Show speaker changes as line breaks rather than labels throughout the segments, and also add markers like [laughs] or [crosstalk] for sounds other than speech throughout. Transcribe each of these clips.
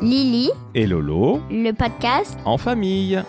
Lily,
et Lolo
le podcast.
en famille.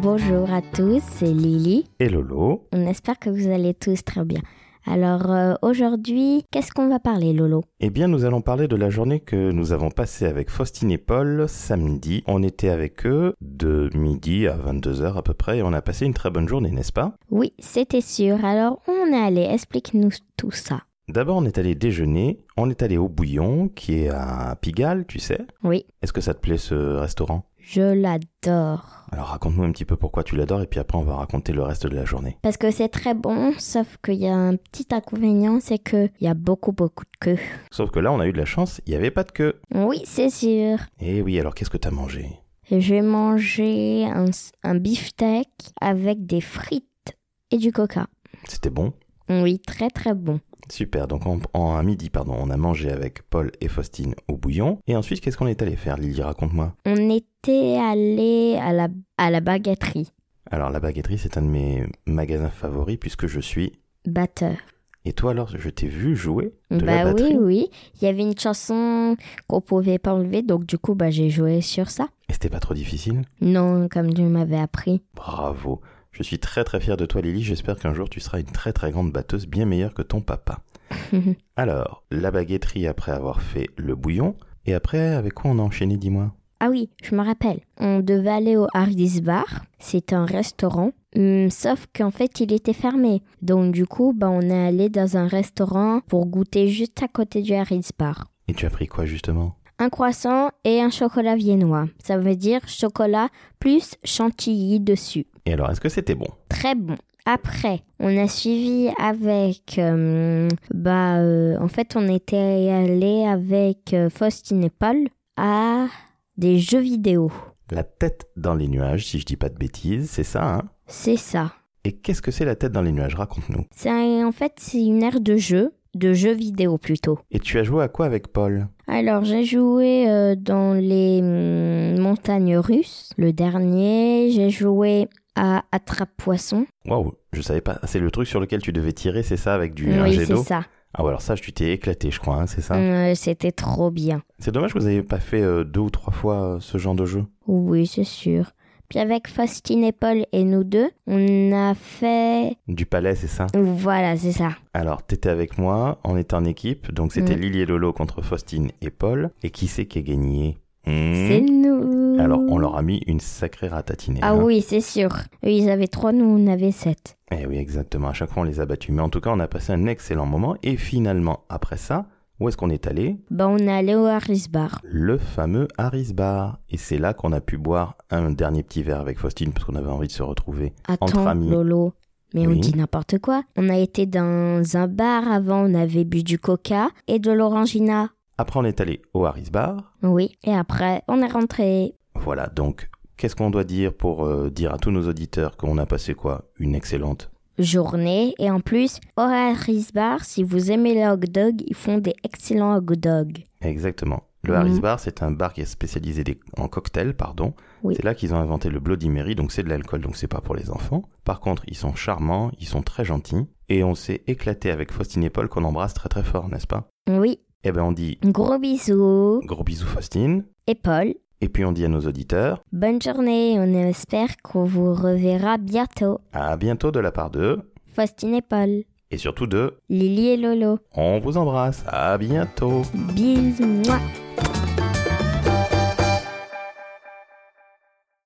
Bonjour à tous, c'est Lily.
Et Lolo
On espère que vous allez tous très bien. Alors euh, aujourd'hui, qu'est-ce qu'on va parler, Lolo
Eh bien, nous allons parler de la journée que nous avons passée avec Faustine et Paul samedi. On était avec eux de midi à 22h à peu près et on a passé une très bonne journée, n'est-ce pas
Oui, c'était sûr. Alors on est allé, explique-nous tout ça.
D'abord, on est allé déjeuner, on est allé au Bouillon qui est à Pigalle, tu sais.
Oui,
Est-ce que ça te plaît ce restaurant
je l'adore.
Alors raconte-nous un petit peu pourquoi tu l'adores et puis après on va raconter le reste de la journée.
Parce que c'est très bon, sauf qu'il y a un petit inconvénient, c'est qu'il y a beaucoup, beaucoup de queue.
Sauf que là, on a eu de la chance, il n'y avait pas de queue.
Oui, c'est sûr.
Eh oui, alors qu'est-ce que t'as mangé
J'ai mangé un, un beefsteak avec des frites et du coca.
C'était bon
Oui, très très bon.
Super, donc en, en- à midi, pardon, on a mangé avec Paul et Faustine au bouillon. Et ensuite, qu'est-ce qu'on est allé faire, Lily Raconte-moi.
On était allé à la, à la baguetterie,
Alors, la baguetterie, c'est un de mes magasins favoris puisque je suis.
batteur.
Et toi, alors, je t'ai vu jouer de la
bah oui,
batterie
oui. Il y avait une chanson qu'on pouvait pas enlever, donc du coup, bah, j'ai joué sur ça.
Et c'était pas trop difficile
Non, comme tu m'avais appris.
Bravo Je suis très très fier de toi, Lily. J'espère qu'un jour, tu seras une très très grande batteuse, bien meilleure que
[laughs]
ton papa. Alors, la baguetterie après avoir fait le bouillon. Et après, avec quoi on a enchaîné, dis-moi
ah oui, je me rappelle. On devait aller au Hardis Bar. C'est un restaurant. Hum, sauf qu'en fait, il était fermé. Donc du coup, bah, on est allé dans un restaurant pour goûter juste à côté du Hardis Bar.
Et tu as pris quoi justement
un croissant et un chocolat viennois. Ça veut dire chocolat plus chantilly dessus.
Et alors, est-ce que c'était bon
Très bon. Après, on a suivi avec... euh, bah, euh, en fait, on était allé avec euh, Faustine et Paul à des jeux vidéo.
La tête dans les nuages, si je dis pas de bêtises, c'est ça, hein
C'est ça.
Et qu'est-ce que c'est la tête dans les nuages Raconte-nous.
C'est un- en fait, c'est une aire de jeu, de jeux vidéo plutôt.
Et tu as joué à quoi avec Paul
Alors, j'ai joué euh, dans les hum, montagnes russes. Le dernier, j'ai joué à Attrape-Poisson.
Waouh, je savais pas. C'est le truc sur lequel tu devais tirer, c'est ça, avec du un
Oui,
jet
c'est
d'eau
ça. Euh.
Ah ouais, alors ça, tu t'es éclaté, je crois, hein, c'est ça
Ouais, C'était trop bien.
C'est dommage que vous n'ayez pas fait euh, deux ou trois fois euh, ce genre de jeu.
Oui, c'est sûr. Puis avec Faustine et Paul et nous deux, on a fait...
Du palais, c'est ça
Voilà, c'est ça.
Alors, t'étais avec moi, on était en équipe, donc c'était
Mm.
Lily et Lolo contre Faustine et Paul. Et qui c'est qui a gagné Hmm.
C'est nous.
Alors, on leur a mis une sacrée ratatinée.
Ah
hein.
oui, c'est sûr. Eux, ils avaient trois, nous, on avait sept.
Eh oui, exactement. À chaque fois, on les a battus. Mais en tout cas, on a passé un excellent moment. Et finalement, après ça, où est-ce qu'on est allé
Ben, on est allé au Harris Bar.
Le fameux Harris Bar. Et c'est là qu'on a pu boire un dernier petit verre avec Faustine, parce qu'on avait envie de se retrouver. Entre
Attends,
amis.
Lolo. Mais on
Oui.
dit n'importe quoi. On a été dans un bar avant, on avait bu du coca et de l'orangina.
Après, on est allé au Harris Bar.
Oui, et après, on est rentré.
Voilà, donc, qu'est-ce qu'on doit dire pour euh, dire à tous nos auditeurs qu'on a passé quoi Une excellente.
journée. Et en plus, au Harris Bar, si vous aimez les hot dogs, ils font des excellents hot dogs.
Exactement. Le
Mhm.
Harris Bar, c'est un bar qui est spécialisé des- en cocktails, pardon.
Oui.
C'est là qu'ils ont inventé le Bloody Mary, donc c'est de l'alcool, donc c'est pas pour les enfants. Par contre, ils sont charmants, ils sont très gentils, et on s'est éclaté avec Faustine et Paul qu'on embrasse très très fort, n'est-ce pas
Oui,
Eh ben on dit
gros bisous.
gros bisous Faustine,
Et Paul,
et puis on dit à nos auditeurs,
bonne journée. On espère qu'on vous reverra bientôt.
à bientôt de la part d'eux,
Faustine et Paul,
et surtout d'eux,
Lily et Lolo.
on vous embrasse, à bientôt
Bisous. mouah.